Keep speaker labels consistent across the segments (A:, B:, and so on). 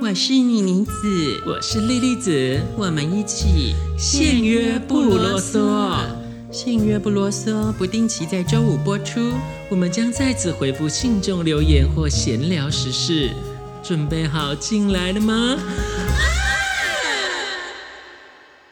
A: 我是妮妮子，
B: 我是莉莉子，
A: 我们一起
B: 限约不啰嗦。
A: 信约不啰嗦，不定期在周五播出。
B: 我们将在此回复信众留言或闲聊时事。准备好进来了吗？
A: 啊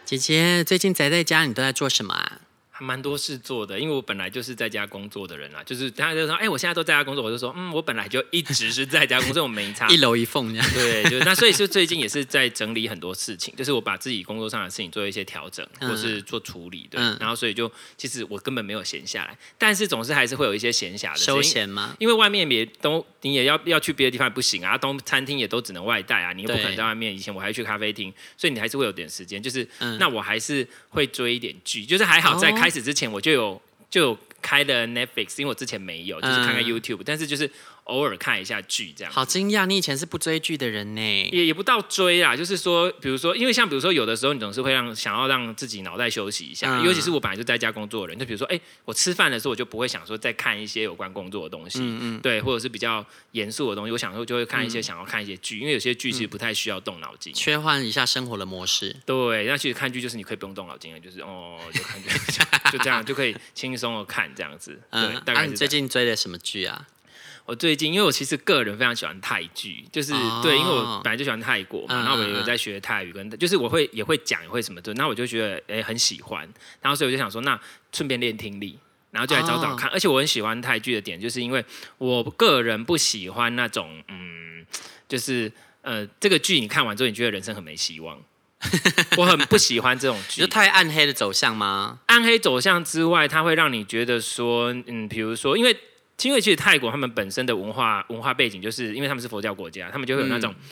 A: 姐姐，最近宅在家，你都在做什么啊？
C: 还蛮多事做的，因为我本来就是在家工作的人啦，就是大家就说，哎、我现在都在家工作，我就说，嗯，我本来就一直是在家工作，我没
B: 啊
C: 差。
A: 一楼一缝这样。
C: 对，就是那所以就最近也是在整理很多事情，就是我把自己工作上的事情做一些调整，
A: 嗯
C: 或是做处理对，
A: 嗯
C: 然后所以就其实我根本没有闲下来，但是总是还是会有一些闲暇的
A: 休
C: 时间
A: 闲吗？
C: 因为外面也都你也要要去别的地方也不行啊，东餐厅也都只能外带啊，你又不
A: 对
C: 可能在外面。以前我还去咖啡厅，所以你还是会有点时间。就是、
A: 嗯
C: 那我还是会追一点剧，就是还好在
A: 哦
C: 开始之前我就有、就有开了 Netflix，因为我之前没有，就是看看 YouTube，、但是就是偶尔看一下剧这样。
A: 好惊讶，你以前是不追剧的人呢。
C: 也也不到追啦，就是说，比如说，因为像比如说，有的时候你总是会让想要让自己脑袋休息一下，
A: 嗯
C: 尤其是我本来就在家工作的人，就比如说，哎、我吃饭的时候我就不会想说再看一些有关工作的东西，
A: 嗯
C: 对，或者是比较严肃的东西，我想说就会看一些、想要看一些剧，因为有些剧
A: 嗯
C: 其实不太需要动脑筋。
A: 切换一下生活的模式。
C: 对，那其实看剧就是你可以不用动脑筋了，就是哦，就看剧，就就这样就可以轻松的看这样子。对，
A: 嗯，
C: 大概
A: 啊、
C: 是
A: 你最
C: 这样。
A: 近追了什么剧啊？
C: 我最近，因为我其实个人非常喜欢泰剧，就是、
A: 哦
C: 对，因为我本来就喜欢泰国嘛，
A: 嗯
C: 然后我也
A: 嗯
C: 有
A: 嗯
C: 在学泰语跟，就是我会也会讲，也会什么的，那我就觉得哎、很喜欢，然后所以我就想说，那顺便练听力。然后就来找找
A: 哦
C: 看而且我很喜欢泰剧的点，就是因为我个人不喜欢那种，嗯，就是呃，这个剧你看完之后，你觉得人生很没希 望，我很不喜欢这种剧
A: 就。太暗黑的走向吗？
C: 暗黑走向之外，它会让你觉得说，嗯，比如说，因为因为其实泰国他们本身的文化文化背景，就是因为他们是佛教国家，他们就会有那种、
A: 嗯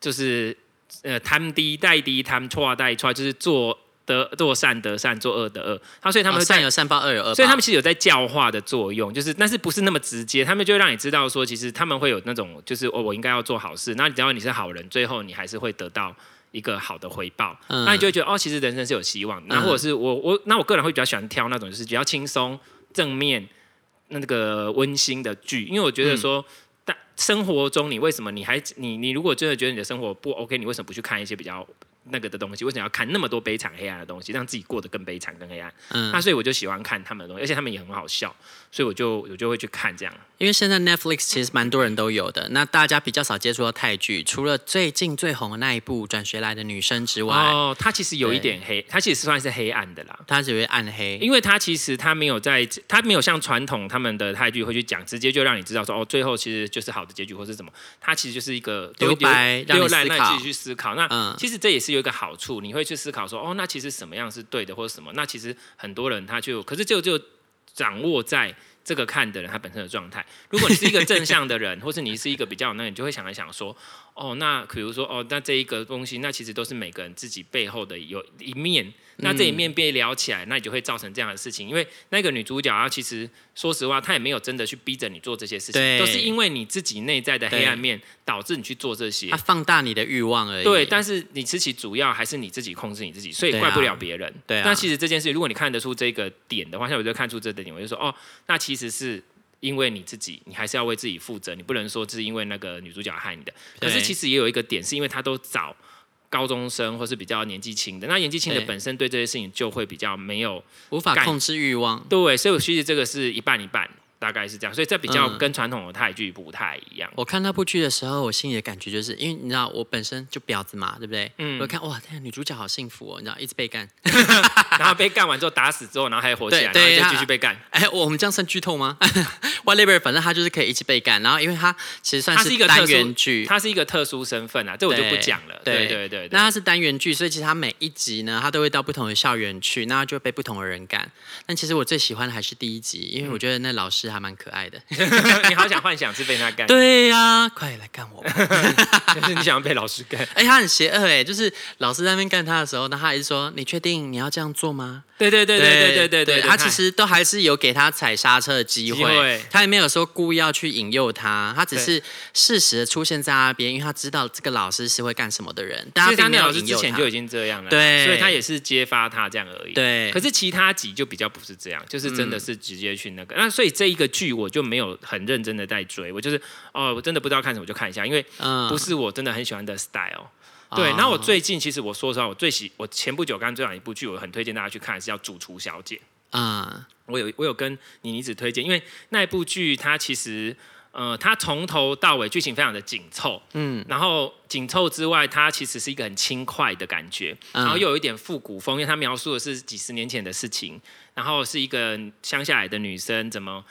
C: 就是呃贪低带低，贪错带错，就是做得做善得善，做恶得恶。他所以他
A: 他
C: 们会在
A: 哦善有善报，恶有恶报，
C: 所以他们其实有在教化的作用，就是但是不是那么直接，他们就会让你知道说，其实他们会有那种就是哦，我应该要做好事，那只要你是好人，最后你还是会得到。一个好的回报，
A: 嗯
C: 那你就会觉得哦，其实人生是有希望的。
A: 嗯
C: 那或者是我我那我个人会比较喜欢挑那种就是比较轻松、正面、那个温馨的剧，因为我觉
A: 嗯
C: 得说，但生活中你为什么你还你你如果真的觉得你的生活不 OK，你为什么不去看一些比较那个的东西？为什么要看那么多悲惨黑暗的东西，让自己过得更悲惨、更黑暗？
A: 嗯
C: 那所以我就喜欢看他们的东西，而且他们也很好笑，所以我就我就会去看这样。
A: 因为现在 Netflix 其实蛮多人都有的，那大家比较少接触到泰剧，除了最近最红的那一部《转学来的女生》之外，
C: 哦，它其实有一
A: 对
C: 点黑，它其实算是黑暗的啦。
A: 它只会暗黑。
C: 因为它其实它没有在，它没有像传统他们的泰剧会去讲，直接就让你知道说哦，最后其实就是好的结局或是什么。它其实就是一个
A: 留白
C: 留留
A: 让你思考
C: 白让你自己去思考。那、
A: 嗯
C: 其实这也是有一个好处，你会去思考说哦，那其实什么样是对的或者什么？那其实很多人他就可是就就掌握在。这个看的人他本身的状态，如果你是一个正向的人，或是你是一个比较那个，你就会想一想说，哦，那比如说哦，那这一个东西，那其实都是每个人自己背后的有一面，那这一面被聊起来，那你就会造成这样的事情。因为那个女主角，她啊其实说实话，她也没有真的去逼着你做这些事情，
A: 对
C: 都是因为你自己内在的黑
A: 对
C: 暗面导致你去做这些
A: 它。放大你的欲望而已。
C: 对，但是你自己主要还是你自己控制你自己，所以
A: 对啊
C: 怪不了别人。
A: 对啊
C: 那其实这件事，如果你看得出这个点的话，像我就看出这个点，我就说哦，那其实是因为你自己，你还是要为自己负责，你不能说是因为那个女主角害你的。可
A: 对
C: 是其实也有一个点，是因为她都找高中生或是比较年纪轻的，那年纪轻的
A: 对
C: 本身对这些事情就会比较没有
A: 无法
C: 感
A: 控制欲望。
C: 对，所以我其实这个是一半一半，大概是这样，所以这比较
A: 嗯
C: 跟传统的泰剧不太一样。
A: 我看那部剧的时候，我心里的感觉就是，因为你知道我本身就婊子嘛，对不对？
C: 嗯
A: 我看哇，天啊，女主角好幸福哦，你知道一直被干。
C: 然后被干完之后打死之后，然后还活起来，
A: 对对
C: 然后就继续被干。
A: 哎，我们这样算剧透吗 ？Whatever，反正她就是可以一直被干。然后因为她其实算
C: 它是一个特殊
A: 单元剧，
C: 它是一个特殊身份啊，这我就不讲了。
A: 对
C: 对对对
A: 那它
C: 对，
A: 是单元剧，所以其实它每一集呢，它都会到不同的校园去，那它就会被不同的人干。但其实我最喜欢的还是第一集，因为我觉得那老师还蛮可爱 的。
C: 嗯 你好想幻想是被他干，
A: 对啊呀、快来干我吧！
C: 就是你想要被老师干。
A: 哎、他很邪恶哎，就是老师在那边干他的时候，那他还是说：“你确定你要这样做吗？”
C: 对对对对对对对，
A: 他其实都还是有给他踩刹车的机
C: 机
A: 会
C: 会，
A: 他也没有说故意要去引诱他，他只是适时的出现在那边，因为他知道这个老师是会干什么的人，但他
C: 其实他
A: 并没
C: 那
A: 有
C: 老师
A: 引
C: 之
A: 诱
C: 前
A: 他
C: 就。已经这样了，
A: 对
C: 所以他也是揭发他这样而已。
A: 对
C: 可是其他集就比较不是这样，就是真的是直接去那个。那所以这一个剧我就没有很认真的在追，我就是哦，我真的不知道看什么我就看一下，因为
A: 嗯，哦
C: 不是我真的很喜欢的 style。对，然后我最近其实我说实话，我最喜我前不久刚追完一部剧，我很推荐大家去看，是叫《主厨小姐》。
A: 嗯
C: 我有我有跟妮妮子推荐，因为那一部剧它其实呃，它从头到尾剧情非常的紧凑，
A: 嗯
C: 然后紧凑之外，它其实是一个很轻快的感觉，
A: 嗯
C: 然后又有一点复古风，因为它描述的是几十年前的事情，然后是一个乡下来的女生怎么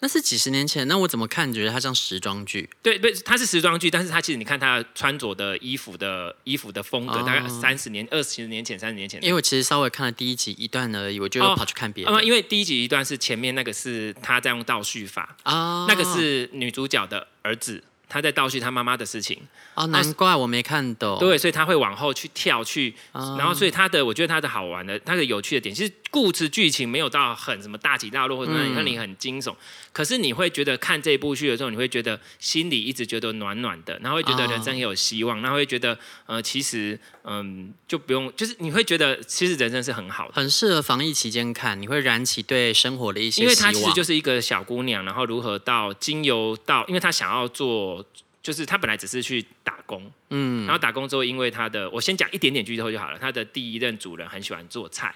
A: 那是几十年前，那我怎么看觉得它像时装剧？
C: 对对，它是时装剧，但是它其实你看她穿着的衣服的衣服的风格，
A: 哦
C: 大概三十年、二十年前、三十年前的
A: 因为我其实稍微看了第一集一段而已，我就
C: 哦
A: 跑去看别的
C: 啊，因为第一集一段是前面那个是她在用倒叙法，
A: 啊
C: 那个是女主角的儿子，他在倒叙他妈妈的事情，
A: 哦，难怪我没看懂。
C: 对，所以他会往后去跳去，
A: 啊，
C: 然后所以他的我觉得他的好玩的，他的有趣的点，其实故事剧情没有到很什么大起大落或者让你
A: 嗯
C: 让你很惊悚，可是你会觉得看这部剧的时候，你会觉得心里一直觉得暖暖的，然后会觉得
A: 啊
C: 人生也有希望，然后会觉得呃其实嗯就不用，就是你会觉得其实人生是很好的。
A: 很适合防疫期间看，你会燃起对生活的一些
C: 因为
A: 希
C: 她
A: 望。
C: 其实就是一个小姑娘，然后如何到经由到，因为她想要做，就是她本来只是去打工，
A: 嗯
C: 然后打工之后，因为她的，我先讲一点点剧透就好了。她的第一任主人很喜欢做菜，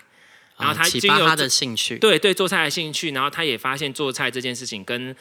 C: 然后
A: 啊
C: 她
A: 启
C: 经
A: 发
C: 由
A: 他
C: 这
A: 的兴趣。
C: 对对做菜的兴趣，然后她也发现做菜这件事情跟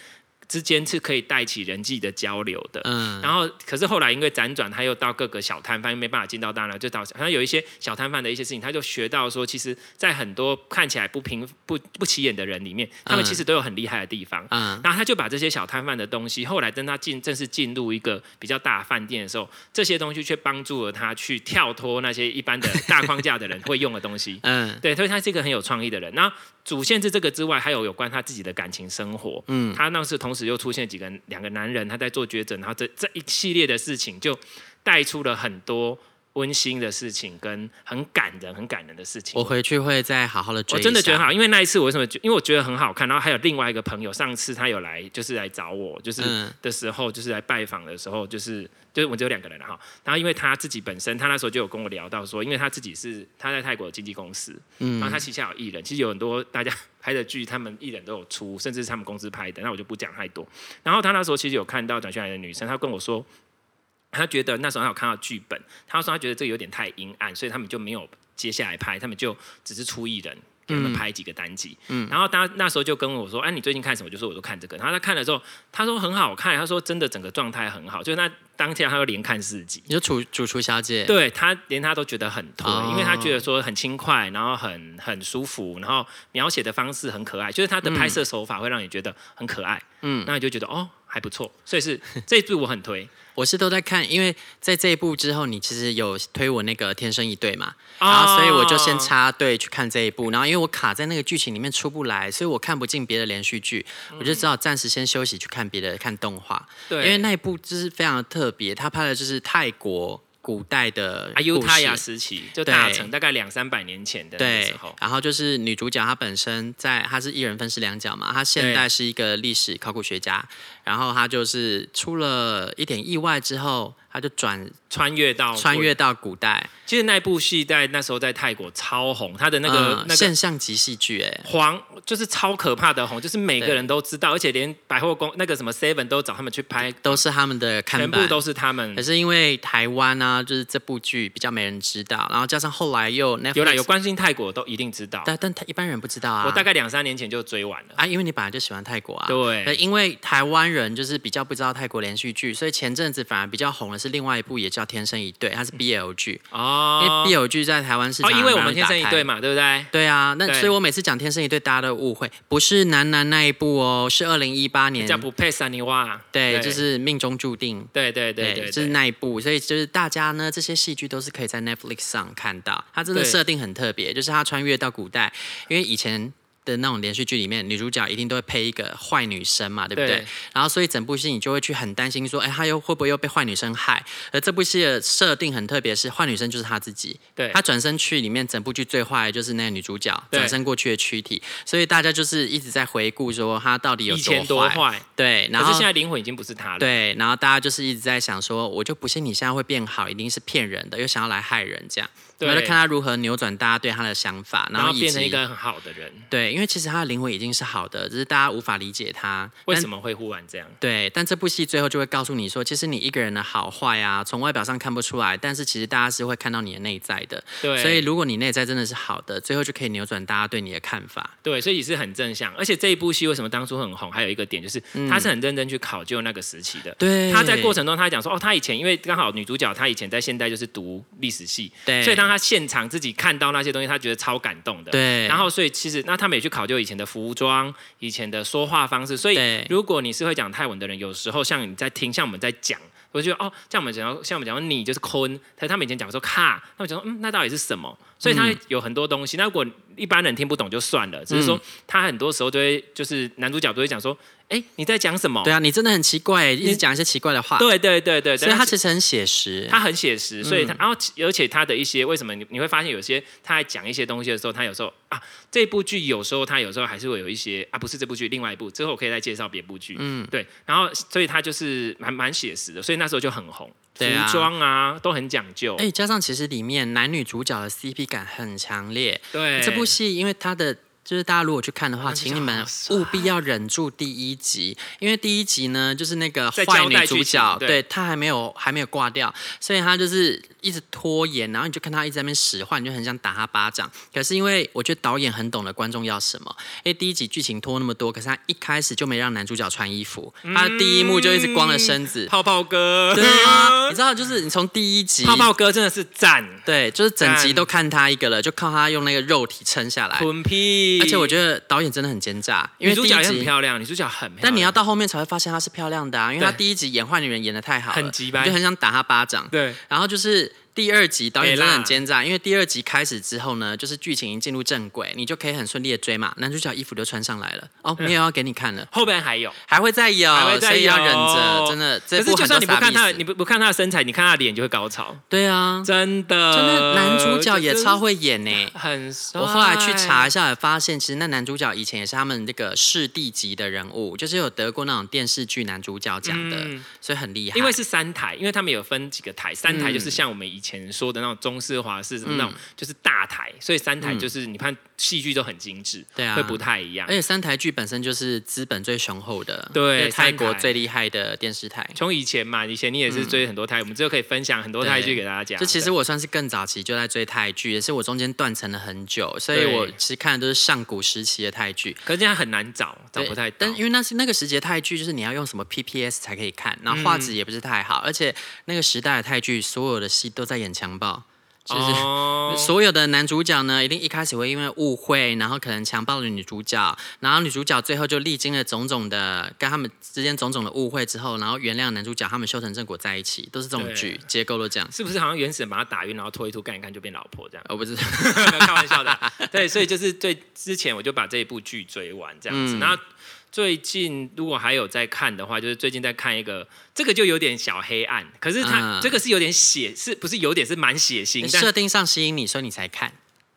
C: 之间是可以带起人际的交流的，
A: 嗯，
C: 然后，可是后来因为辗转，他又到各个小摊贩，因为没办法进到大陆，就到好像有一些小摊贩的一些事情，他就学到说，其实，在很多看起来不平不不起眼的人里面，他们其实都有很厉害的地方。
A: 嗯
C: 然后他就把这些小摊贩的东西，后来等他进正式进入一个比较大的饭店的时候，这些东西却帮助了他去跳脱那些一般的大框架的人会用的东西。
A: 嗯
C: 对，所以他是一个很有创意的人。那主线是这个之外，还有有关他自己的感情生活。嗯，他那时同时又出现几个两个男人，他在做抉择，然后这这一系列的事情就带出了很多温馨的事情跟很感人、很感人的事情。
A: 我回去会再好好的追
C: 我
A: 一下。
C: 真的觉得好，因为那一次我为什么觉？因为我觉得很好看。然后还有另外一个朋友，上次他有来，就是来找我，就是
A: 嗯
C: 的时候，就是来拜访的时候，就是就是我们只有两个人了哈。然后因为他自己本身，他那时候就有跟我聊到说，因为他自己是他在泰国有经纪公司，
A: 嗯
C: 然后他旗下有艺人，其实有很多大家 拍的剧，他们艺人都有出，甚至是他们公司拍的，那我就不讲太多。然后他那时候其实有看到转学来的女生，他跟我说。他觉得那时候他有看到剧本，他说他觉得这个有点太阴暗，所以他们就没有接下来拍，他们就只是出艺人，给他们拍几个单集。然后他那时候就跟我说：“哎、你最近看什么？”我就说我都看这个。然后他看了之后，他说哎很好看，他说真的整个状态很好，就是那当天他又连看四集。
A: 你说主主厨小姐，
C: 对他连他都觉得很推，
A: 哦
C: 因为他觉得说很轻快，然后很很舒服，然后描写的方式很可爱，就是他的拍摄手法会让你觉得很可爱，嗯，那你就觉得哦还不错，所以是这一部我很推
A: 我是都在看，因为在这一部之后，你其实有推我那个《天生一对》嘛，
C: 啊
A: 然后所以我就先插队去看这一部，然后因为我卡在那个剧情里面出不来，所以我看不进别的连续剧，我就只好暂时先休息去看别的看动画，
C: 嗯对，
A: 因为那一部就是非常特别，他拍的就是泰国古代的
C: 阿尤
A: 故事
C: 啊塔亚时期就大
A: 对
C: 成大概两三百年前的那
A: 对
C: 时候，，
A: 然后就是女主角她本身在，她是一人分饰两角嘛，她现在是一个历史考古学家，然后她就是出了一点意外之后，她就转
C: 穿越到
A: 穿越到古代，
C: 其实那部戏在那时候在泰国超红，他的那个、
A: 嗯
C: 那个
A: 现象级戏剧、哎，
C: 黄就是超可怕的红，就是每个
A: 对
C: 人都知道，而且连百货公那个什么 Seven 都找他们去拍，
A: 都是他们的看
C: 全
A: 板
C: 部。都是他们
A: 可。是因为台湾啊，就是这部剧比较没人知道，然后加上后来又 Netflix,
C: 有啦，有关心泰国都一定知道。
A: 但但他一般人不知道啊。
C: 我大概两三年前就追完了。
A: 啊，因为你本来就喜欢泰国啊。呃，
C: 对，
A: 因为台湾人就是比较不知道泰国连续剧，所以前阵子反而比较红的是另外一部也叫《天生一对》，它是 BL 剧，因
C: 嗯哦
A: 为 BL 剧在台湾市
C: 哦，
A: 场
C: 因为我们
A: 蛮容易
C: 天
A: 打
C: 生一
A: 开
C: 对。嘛，对不对？
A: 对啊，那
C: 对
A: 所以我每次讲《天生一对》，大家都误会，不是男男那一部哦，是二零一八年
C: 叫，不配三尼哇。
A: 对，就是命中注定。
C: 对对对对，
A: 就是那一部，所以就是大家呢，这些戏剧都是可以在 Netflix 上看到。它真的
C: 对
A: 设定很特别，就是它穿越到古代，因为以前的那种连续剧里面，女主角一定都会配一个坏女生嘛，对不对？
C: 对
A: 然后所以整部戏你就会去很担心说，哎，她又会不会又被坏女生害？而这部戏的设定很特别，是坏女生就是她自己，
C: 对
A: 她转身去里面整部剧最坏的就是那个女主角
C: 对
A: 转身过去的躯体，所以大家就是一直在回顾说她到底有
C: 以前
A: 多
C: 多。坏，
A: 对，然
C: 可
A: 后
C: 是现在灵魂已经不是他了。
A: 对，然后大家就是一直在想说，我就不信你现在会变好，一定是骗人的，又想要来害人这样。
C: 对
A: 然后就看他如何扭转大家对他的想法，
C: 然
A: 后
C: 后
A: 以及
C: 变成一个很好的人。
A: 对，因因为其实他的灵魂已经是好的，只是大家无法理解他
C: 为
A: 但
C: 什么会忽然这样？
A: 对，但这部戏最后就会告诉你说，其实你一个人的好坏啊，从外表上看不出来，但是其实大家是会看到你的内在的。
C: 对，
A: 所以如果你内在真的是好的，最后就可以扭转大家对你的看法。
C: 对，所以也是很正向。而且这一部戏为什么当初很红，还有一个点就是，他是很认真去考究那个时期的。
A: 嗯对，
C: 他在过程中，他还讲说，哦，他以前因为刚好女主角她以前在现代就是读历史系，
A: 对，
C: 所以当他现场自己看到那些东西，他觉得超感动的。
A: 对，
C: 然后，所以其实那他们也去考究以前的服装、以前的说话方式。所以，
A: 对
C: 如果你是会讲泰文的人，有时候像你在听，像我们在讲，我就觉得哦，像我们讲到，像我们讲到你就是 kun，他他们以前讲说卡，他们讲说嗯，那到底是什么？所以他
A: 嗯
C: 有很多东西。那如果一般人听不懂就算了，只是说他很多时候就会就是男主角都会讲说，哎，你在讲什么？
A: 对啊，你真的很奇怪，一直讲一些奇怪的话。，
C: 对对对对，
A: 所以他
C: 但是
A: 其实很写实。
C: 他很写实，所以
A: 嗯
C: 他，然后其而且他的一些为什么你你会发现有些他在讲一些东西的时候，他有时候啊，这部剧有时候他有时候还是会有一些啊，不是这部剧，另外一部，之后我可以再介绍别部剧，嗯，对，然后所以他就是蛮蛮写实的，所以那时候就很红，
A: 对啊
C: 服装啊都很讲究，
A: 哎，加上其实里面男女主角的 CP 感很强烈。
C: 对，
A: 这部戏因为它的就是大家如果去看的话，
C: 男主角
A: 请你们
C: 好帅
A: 务必要忍住第一集，因为第一集呢就是那个
C: 在
A: 坏
C: 交代
A: 女主
C: 剧情
A: 角，
C: 对
A: 对她还没有还没有挂掉，所以她就是一直拖延，然后你就看她一直在那边使坏，你就很想打她巴掌。可是因为我觉得导演很懂得观众要什么，因为第一集剧情拖那么多，可是他一开始就没让男主角穿衣服，他第一幕就一直光着身子。
C: 嗯泡泡哥，
A: 对啊，你知道，就是你从第一集
C: 泡泡哥真的是赞，
A: 对，就是整集
C: 干
A: 都看他一个了，就靠他用那个肉体撑下来。
C: 臀屁，
A: 而且我觉得导演真的很奸诈，因
C: 女
A: 为
C: 主
A: 第
C: 角
A: 一
C: 也很
A: 集，
C: 漂亮，女主角很漂亮，
A: 但你要到后面才会发现她是漂亮的啊，因为她
C: 对
A: 第一集演坏女人演的太好了，
C: 很鸡掰
A: 你就很想打她巴掌。
C: 对
A: 然后就是第二集导演真的
C: 美
A: 很
C: 啦
A: 奸诈，因为第二集开始之后呢，就是剧情已经进入正轨，你就可以很顺利的追嘛，男主角衣服就穿上来了，哦，没有要给你看了，
C: 后边还有。
A: 还会再有，
C: 嗯还会再
A: 所以要
C: 有
A: 忍着，真的。
C: 可
A: 这
C: 是
A: 部
C: 就
A: 很
C: 算
A: 多
C: 你不
A: 傻
C: 看他
A: 逼
C: 的，
A: 死
C: 你不不看他的身材，你看他的脸就会高潮。
A: 对啊，
C: 真的，
A: 真的男主角也超会演欸呢、
C: 就是很帅。
A: 我后来去查一下，发现其实那男主角以前也是他们这个视帝级的人物，就是有得过那种电视剧男主角奖的，
C: 嗯
A: 所以很厉害。
C: 因为是三台，因为他们有分几个台，三台就是像我们以前说的那种中式、华式那种，就是大台，所以三台就是你看戏剧都很精致，
A: 嗯对啊
C: 会不太一样
A: 而。且三台剧本身就是资本最雄厚的，
C: 对
A: 就是泰国
C: 三台
A: 最厉害的电视台。
C: 从以前嘛，以前你也是追很多台，我们之后可以分享很多台剧给大家讲。
A: 嗯就其实我算是更早期就在追泰剧，也是我中间断层了很久，所以
C: 对
A: 我其实看的都是上古时期的泰剧。
C: 对，可是现在很难找，找
A: 对
C: 不太到。
A: 但因为那是那个时节泰剧，就是你要用什么 PPS 才可以看，然后画
C: 嗯
A: 质也不是太好，而且那个时代的泰剧所有的戏都在演强暴，就是、
C: 哦
A: 所有的男主角呢，一定一开始会因为误会，然后可能强暴了女主角，然后女主角最后就历经了种种的跟他们之间种种的误会之后，然后原谅男主角，他们修成正果在一起，都是这种
C: 对
A: 剧结构都这样。
C: 是不是好像原始人把他打晕，然后拖一拖干一干就变老婆这样？
A: 我不知道，
C: 没有开玩笑的 啊。对，所以就是最之前我就把这一部剧追完这样子。
A: 嗯
C: 那、最近如果还有在看的话，就是最近在看一个，这个就有点小黑暗，可是
A: 嗯
C: 它、这个是有点血，是不是有点是蛮血腥？但
A: 设定上吸引你，所以你才看。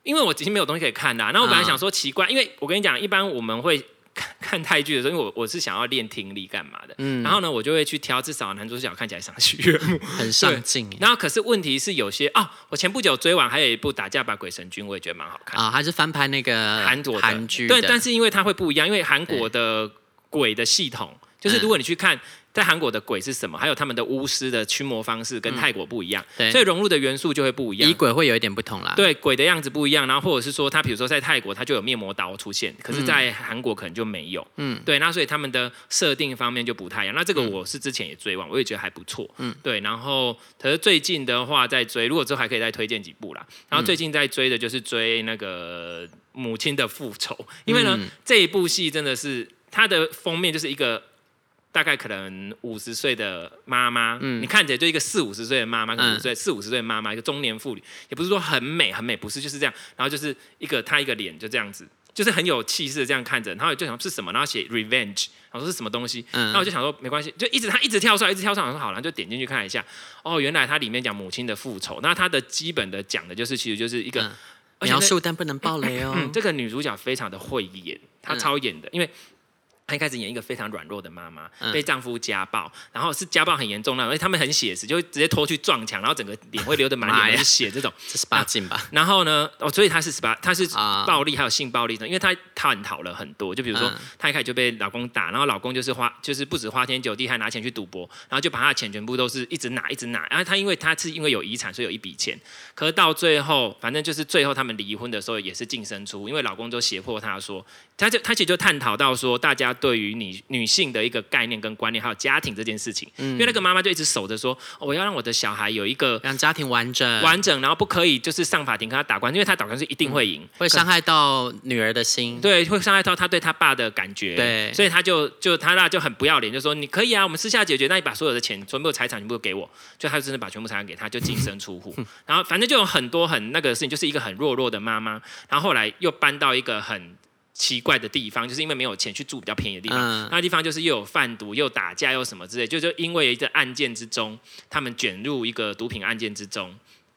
C: 因为我已经没有东西可以看啦、然后我本来
A: 嗯
C: 想说奇怪，因为我跟你讲，一般我们会。看看泰剧的时候，因为我我是想要练听力干嘛的，
A: 嗯
C: 然后呢，我就会去挑至少男主角看起来赏心悦 目，
A: 很上进耶
C: 然后可是问题是有些啊、我前不久追完还有一部《打架吧鬼神君》，我也觉得蛮好看的
A: 啊，还是翻拍那个
C: 韩国的
A: 韩剧的，
C: 对，但是因为它会不一样，因为韩国的鬼的系统，就是
A: 嗯
C: 如果你去看。在韩国的鬼是什么？还有他们的巫师的驱魔方式跟泰国不一样，
A: 嗯对
C: 所以融入的元素就会不一样
A: 仪。轨会有一点不同啦。
C: 对鬼的样子不一样，然后或者是说，他比如说在泰国，他就有面膜刀出现，可是在韩国可能就没有。嗯，对，那所以他们的设定方面就不太一样。那这个我是之前也追完，我也觉得还不错。嗯，对，然后可是最近的话在追，如果之后还可以再推荐几部啦。然后最近在追的就是追那个《母亲的复仇》，因为呢、这一部戏真的是它的封面就是一个。大概可能五十岁的妈妈，你看起来就一个四五十岁的妈妈，可能
A: 嗯
C: 五十岁、四五十岁的妈妈，一个中年妇女，也不是说很美很美，不是就是这样，然后就是一个她一个脸就这样子，就是很有气势的这样看着，然后我就想是什么，然后写 revenge，然后说是什么东西，
A: 嗯
C: 然后我就想说没关系，就一直她一直跳出来，一直跳上来，我说好了，就点进去看一下，哦，原来它里面讲母亲的复仇，那它的基本的讲的就是其实就是一个、嗯
A: 嗯
C: 而且
A: 描
C: 那
A: 述但不能爆雷哦。嗯
C: 嗯，这个女主角非常的会演，她超演的，因为她一开始演一个非常软弱的妈妈，
A: 嗯
C: 被丈夫家暴，然后是家暴很严重那种，而且他们很写实，就会直接拖去撞墙，然后整个脸会流的满
A: 妈
C: 脸
A: 呀
C: 都是血这种。
A: 这是八禁吧？
C: 然后呢，哦，所以她是十八，她是
A: 啊
C: 暴力还有性暴力的，因为她探讨了很多，就比如说
A: 嗯
C: 她一开始就被老公打，然后老公就是花，就是不止花天酒地，还拿钱去赌博，然后就把她的钱全部都是一直拿一直拿，然后她因为她是因为有遗产，所以有一笔钱，可是到最后，反正就是最后他们离婚的时候也是净身出户，因为老公就胁迫她说，她就她其实就探讨到说，大家对于女女性的一个概念跟观念，还有家庭这件事情，
A: 嗯
C: 因为那个妈妈就一直守着说，哦我要让我的小孩有一个。
A: 让家庭完整，
C: 完整，然后不可以就是上法庭跟他打官司，因为他打官司一定会赢，
A: 嗯会伤害到女儿的心。
C: 对，会伤害到他对他爸的感觉，
A: 对
C: 所以他就就他那就很不要脸，就说你可以啊，我们私下解决，那你把所有的钱、全部的财产全部给我，就他就真的把全部财产给他，就净身出 户，然后反正就有很多很那个的事情，就是一个很弱弱的妈妈，然后后来又搬到一个很。奇怪的地方，就是因为没有钱去住比较便宜的地方，
A: 嗯
C: 那地方就是又有贩毒，又打架，又什么之类，就就因为一个案件之中，他们卷入一个毒品案件之中，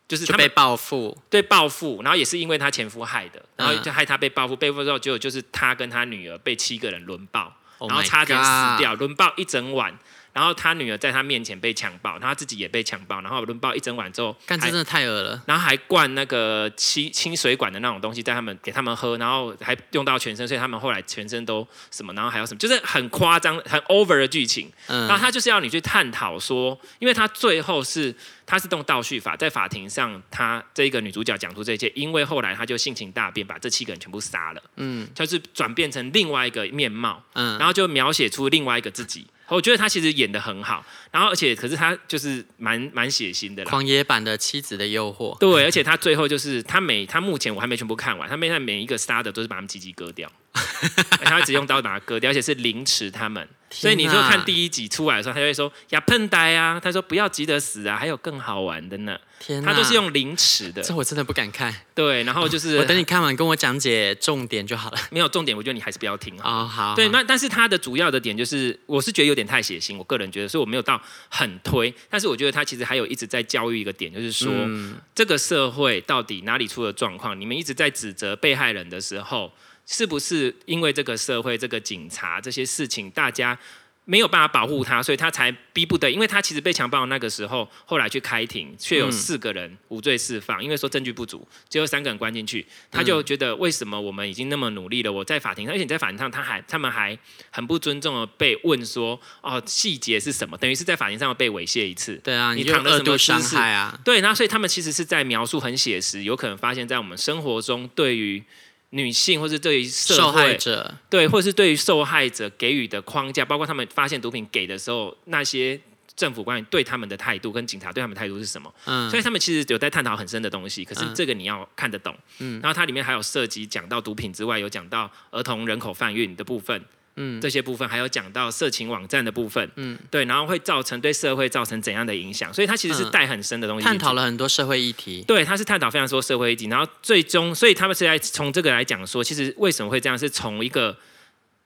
C: 就是
A: 就
C: 他们
A: 被报复，
C: 对报复，然后也是因为她前夫害的，然后
A: 嗯
C: 就害她被报复，被报复之后，结果就是她跟她女儿被七个人轮暴，
A: Oh
C: 然后
A: my
C: 差点死
A: God
C: 掉，轮暴一整晚。然后她女儿在她面前被强暴，然后她自己也被强暴，然后轮暴一整晚之后，
A: 干这
C: 还
A: 真的太恶了。
C: 然后还灌那个清清水管的那种东西在他们给他们喝，然后还用到全身，所以他们后来全身都什么，然后还有什么，就是很夸张、很 over 的剧情。
A: 嗯
C: 然后他就是要你去探讨说，因为他最后是他是动倒叙法，在法庭上，他这个女主角讲出这一切，因为后来他就性情大变，把这七个人全部杀了，
A: 嗯
C: 就是转变成另外一个面貌，
A: 嗯，
C: 然后就描写出另外一个自己。我觉得他其实演的很好，然后而且可是他就是蛮蛮血腥的啦，
A: 狂野版的《妻子的诱惑》
C: 对，而且他最后就是他每他目前我还没全部看完，他每他每一个杀的都是把他们鸡鸡割 掉，他只用刀把它割掉，而且是凌迟他们。所以你就看第一集出来的时候，他就会说呀笨呆啊，他说不要急着死啊，还有更好玩的呢。
A: 天哪，
C: 他都是用凌迟的，
A: 这我真的不敢看。
C: 对，然后就是
A: 我等你看完跟我讲解重点就好 了。
C: 没有重点，我觉得你还是不要听啊。
A: 哦，好，
C: 对，
A: 好
C: 那但是他的主要的点就是，我是觉得有点太血腥，我个人觉得，所以我没有到很推。但是我觉得他其实还有一直在教育一个点，就是说、这个社会到底哪里出了状况？你们一直在指责被害人的时候，是不是因为这个社会、这个警察这些事情，大家？没有办法保护他，所以他才逼不得已，因为他其实被强暴的那个时候，后来去开庭，却有四个人无罪释放，因为说证据不足，最后三个人关进去，他就觉得为什么我们已经那么努力了，我在法庭上，而且你在法庭上，他还他们还很不尊重的被问说，哦，细节是什么，等于是在法庭上被猥亵一次，
A: 对啊，
C: 你
A: 就
C: 躺了
A: 恶
C: 什么
A: 毒
C: 姿
A: 伤
C: 势
A: 害啊，
C: 对，那所以他们其实是在描述很写实，有可能发现在我们生活中对于女性或是对于社会
A: 受害者
C: 对，或者是对于受害者给予的框架，包括他们发现毒品给的时候，那些政府官员对他们的态度跟警察对他们的态度是什么？
A: 嗯
C: 所以他们其实有在探讨很深的东西，可是
A: 嗯
C: 这个你要看得懂。嗯，然后它里面还有涉及讲到毒品之外，有讲到儿童人口贩运的部分。嗯，这些部分还有讲到色情网站的部分，嗯，对，然后会造成对社会造成怎样的影响，所以它其实是
A: 嗯
C: 带很深的东西进
A: 探
C: 去、
A: 讨了很多社会议题。
C: 对，他是探讨非常多社会议题，然后最终，所以他们是在从这个来讲说，其实为什么会这样，是从一个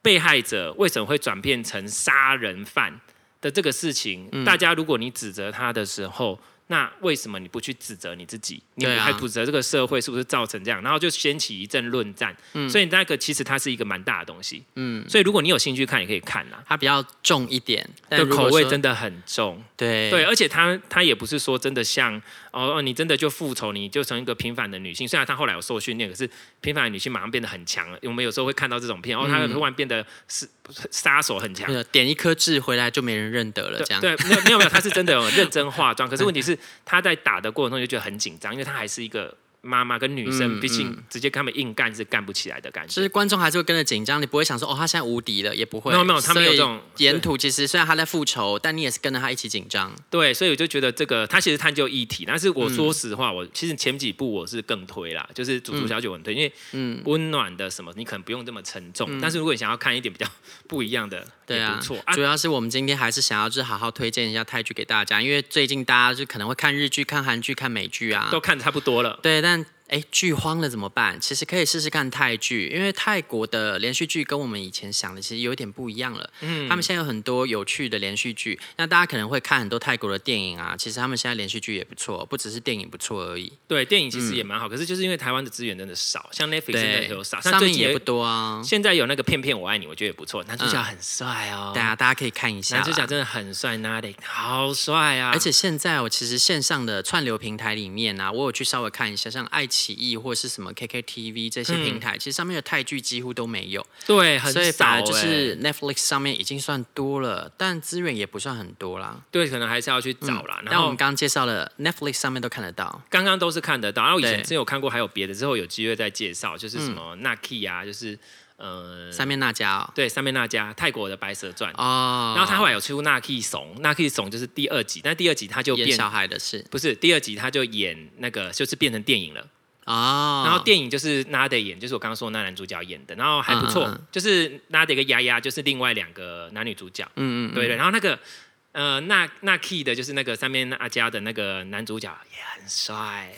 C: 被害者为什么会转变成杀人犯的这个事情。
A: 嗯
C: 大家如果你指责他的时候，那为什么你不去指责你自己？你
A: 对啊
C: 还指责这个社会是不是造成这样？然后就掀起一阵论战。
A: 嗯
C: 所以那个其实它是一个蛮大的东西。嗯，所以如果你有兴趣看，也可以看啦。
A: 它比较重一点，但
C: 的
A: 如
C: 口
A: 果
C: 味
A: 说
C: 真的很重。
A: 对
C: 对，而且她她也不是说真的像哦哦，你真的就复仇，你就成一个平凡的女性。虽然她后来有受训练，可是平凡的女性马上变得很强。我们有时候会看到这种片，哦，她
A: 嗯
C: 突然变得是杀手很强
A: 那。个点一颗痣回来就没人认得了，这
C: 对
A: 样
C: 对，没有没有没有，她是真 的有认真化妆。可是问题是，她在打的过程中就觉得很紧张，因为她还是一个妈妈跟女生，
A: 嗯
C: 毕竟直接跟他们硬干是干不起来的感
A: 就
C: 觉。
A: 是观众还是会跟着紧张，你不会想说哦，他现在无敌了，也不会。
C: 没有没有他们有
A: 所以
C: 这种
A: 沿途，其实虽然他在复仇，但你也是跟着他一起紧张。
C: 对，所以我就觉得这个他其实探究议题，但是
A: 嗯
C: 我说实话，我其实前几部我是更推啦，就是《主厨小姐》我很推，因为
A: 嗯
C: 温暖的什么，你可能不用这么沉重，但是如果你想要看一点比较 不一样的，
A: 对
C: 也
A: 啊
C: 不错啊
A: 主。要是我们今天还是想要就是好好推荐一下泰剧给大家，因为最近大家就可能会看日剧、看韩剧、看美剧啊
C: 都，看得差不多了，
A: 对，但哎，剧荒了怎么办？其实可以试试看泰剧，因为泰国的连续剧跟我们以前想的其实有点不一样了。嗯，他们现在有很多有趣的连续剧，那大家可能会看很多泰国的电影啊，其实他们现在连续剧也不错，不只是电影不错而已。
C: 对，电影其实也蛮好，可是就是因为台湾的资源真的少，像 Netflix 真的
A: 嗯对
C: 有少，像
A: 上
C: 最
A: 面
C: 近
A: 也不
C: 有
A: 多啊。
C: 现在有那个片片我爱你，我觉得也不错，男主角
A: 嗯
C: 很帅哦，
A: 对啊，大家可以看一下
C: 男主角
A: 啦。
C: 真的很帅 n a d i 好帅啊，
A: 而且现在我其实线上的串流平台里面啊，我有去稍微看一下，像爱奇艺或是什么 KKTV 这些平台，其实上面的泰剧几乎都没有。
C: 对嗯很
A: 所以反
C: 少
A: 而就
C: 欸
A: 是 Netflix 上面已经算多了，但资源也不算很多啦。
C: 对，可能还是要去找啦。然
A: 但嗯我
C: 后
A: 们刚刚介绍了 Netflix 上面都看得到，
C: 刚刚都是看得到，然后以前
A: 对嗯
C: 真有看过，还有别的，之后有机会再介绍，就是什么 Naki 啊，就是呃，
A: 三面那家哦。
C: 对，三面那家泰国的《白蛇传》
A: 哦
C: 然后他后来有出 Naki 怂，Naki 怂就是第二集，但第二集他就
A: 演
C: 变
A: 小孩的事
C: 不是第二集他就演那个就是变成电影了。
A: 哦，
C: 然后电影就是 Nade 演，就是我刚刚说那男主角演的，然后还不错，
A: 嗯嗯嗯
C: 就是 Nade 跟丫丫就是另外两个男女主角，
A: 嗯嗯
C: 对对。然后那个呃，那那 Key 的就是那个三面阿家的那个男主角也 很帅，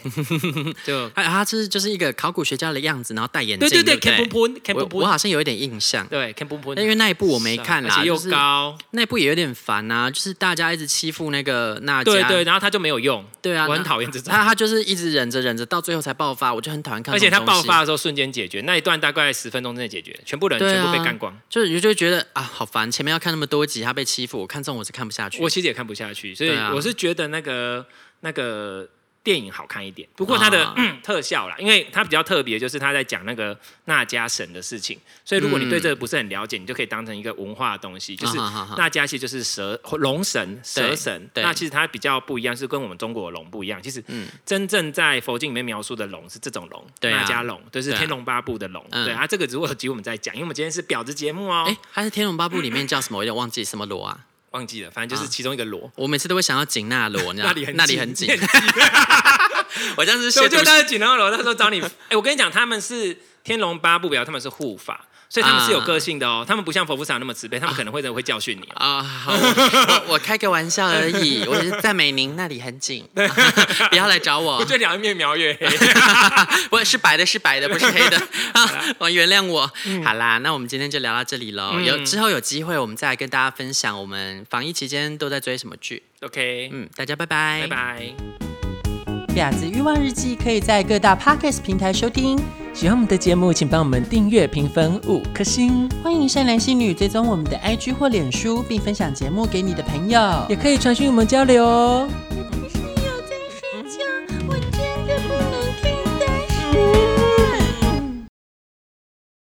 C: 就
A: 哎他他是就是一个考古学家的样子，然后戴眼镜，
C: 对对
A: 对不
C: 对 c a m p u n c a m
A: 我
C: p
A: 我
C: u n
A: 好像有一点印象，
C: 对 c a m p u n
A: 但因为那一部我没看
C: 而
A: 啦，
C: 且又
A: 就是
C: 高，
A: 那一部也有点烦啊，就是大家一直欺负那个那家，
C: 对对，然后他就没有用，
A: 对啊，
C: 我很讨厌这种。
A: 他他就是一直忍着忍着，到最后才爆发，我就很讨厌看
C: 而
A: 这
C: 且
A: 种东西。
C: 他爆发的时候瞬间解决那一段，大概十分钟之内解决，全部人
A: 对
C: 全
A: 啊
C: 部被干光。
A: 就是你就会觉得啊，好烦，前面要看那么多集，他被欺负，我看这种我是看不下去。
C: 我其实也看不下去，所以
A: 对啊
C: 我是觉得那个那个电影好看一点，不过它的、
A: 啊
C: 嗯特效啦，因为它比较特别，就是它在讲那个那家神的事情，所以如果你对这个不是很了解，你就可以当成一个文化的东西，就是。
A: 嗯啊哈哈哈
C: 那家其实就是蛇龙神、蛇神，
A: 对
C: 那其实它比较不一样，是跟我们中国的龙不一样。其实
A: 嗯
C: 真正在佛经里面描述的龙是这种龙，
A: 对啊
C: 那家龙，就是
A: 对
C: 《
A: 啊
C: 天龙八部》的龙。
A: 嗯
C: 对啊，这个如果有机会我们再讲，因为我们今天是婊子节目哦
A: 哎、，还是《天龙八部》里面叫什么？我有点忘记什么罗啊。
C: 忘记了，反正就是其中一个罗。
A: 我每次都会想要紧那罗，你知道
C: 那里很
A: 啊那里很紧。 我这样子
C: 所以
A: 写
C: 我就
A: 读
C: 当时锦囊楼，他说找你， 哎、我跟你讲，他们是天龙八部表，他们是护法，所以他们是有个性的哦，他们不像佛菩萨那么慈悲，他们可能会会教训你。哦
A: 啊，好，我我我开个玩笑而已，我只是赞美您那里很 紧， 不要来找我
C: 我。觉得两面描越黑，
A: 不是白的，是白的， 不是黑的。啊，我原谅我。好啦，那我们今天就聊到这里喽。
C: 嗯
A: 有之后有机会，我们再来跟大家分享我们防疫期间都在追什么剧。
C: OK，、
A: 嗯，大家
C: 拜拜。
B: 婊子欲望日记可以在各大 podcast 平台收听。喜欢我们的节目，请帮我们订阅、评分五颗星，
D: 欢迎善良心女追踪我们的 IG 或脸书，并分享节目给你的朋友。
B: 也可以传讯我们交流哦。